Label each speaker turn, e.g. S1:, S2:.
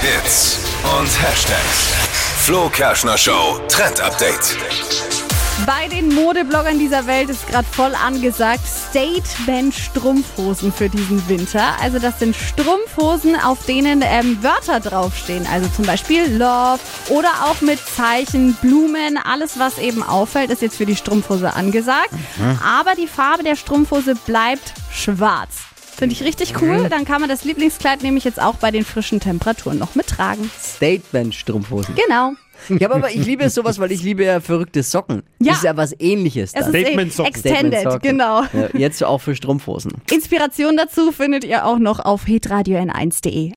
S1: Hits und Hashtags. Flo Kerschner Show Trend Update.
S2: Bei den Modebloggern dieser Welt ist gerade voll angesagt Statement-Strumpfhosen für diesen Winter. Also das sind Strumpfhosen, auf denen ähm, Wörter draufstehen. Also zum Beispiel Love oder auch mit Zeichen, Blumen. Alles, was eben auffällt, ist jetzt für die Strumpfhose angesagt. Aber die Farbe der Strumpfhose bleibt schwarz. Finde ich richtig cool. Dann kann man das Lieblingskleid nämlich jetzt auch bei den frischen Temperaturen noch mittragen.
S3: Statement-Strumpfhosen.
S2: Genau.
S3: Ich habe aber, ich liebe sowas, weil ich liebe ja verrückte Socken.
S2: Ja.
S3: Das ist ja was ähnliches.
S2: Es
S3: dann.
S2: ist eh
S4: Statement-Socken.
S2: Extended,
S3: Statement-Socken.
S2: genau.
S3: Ja, jetzt auch für Strumpfhosen.
S2: Inspiration dazu findet ihr auch noch auf hitradio n1.de.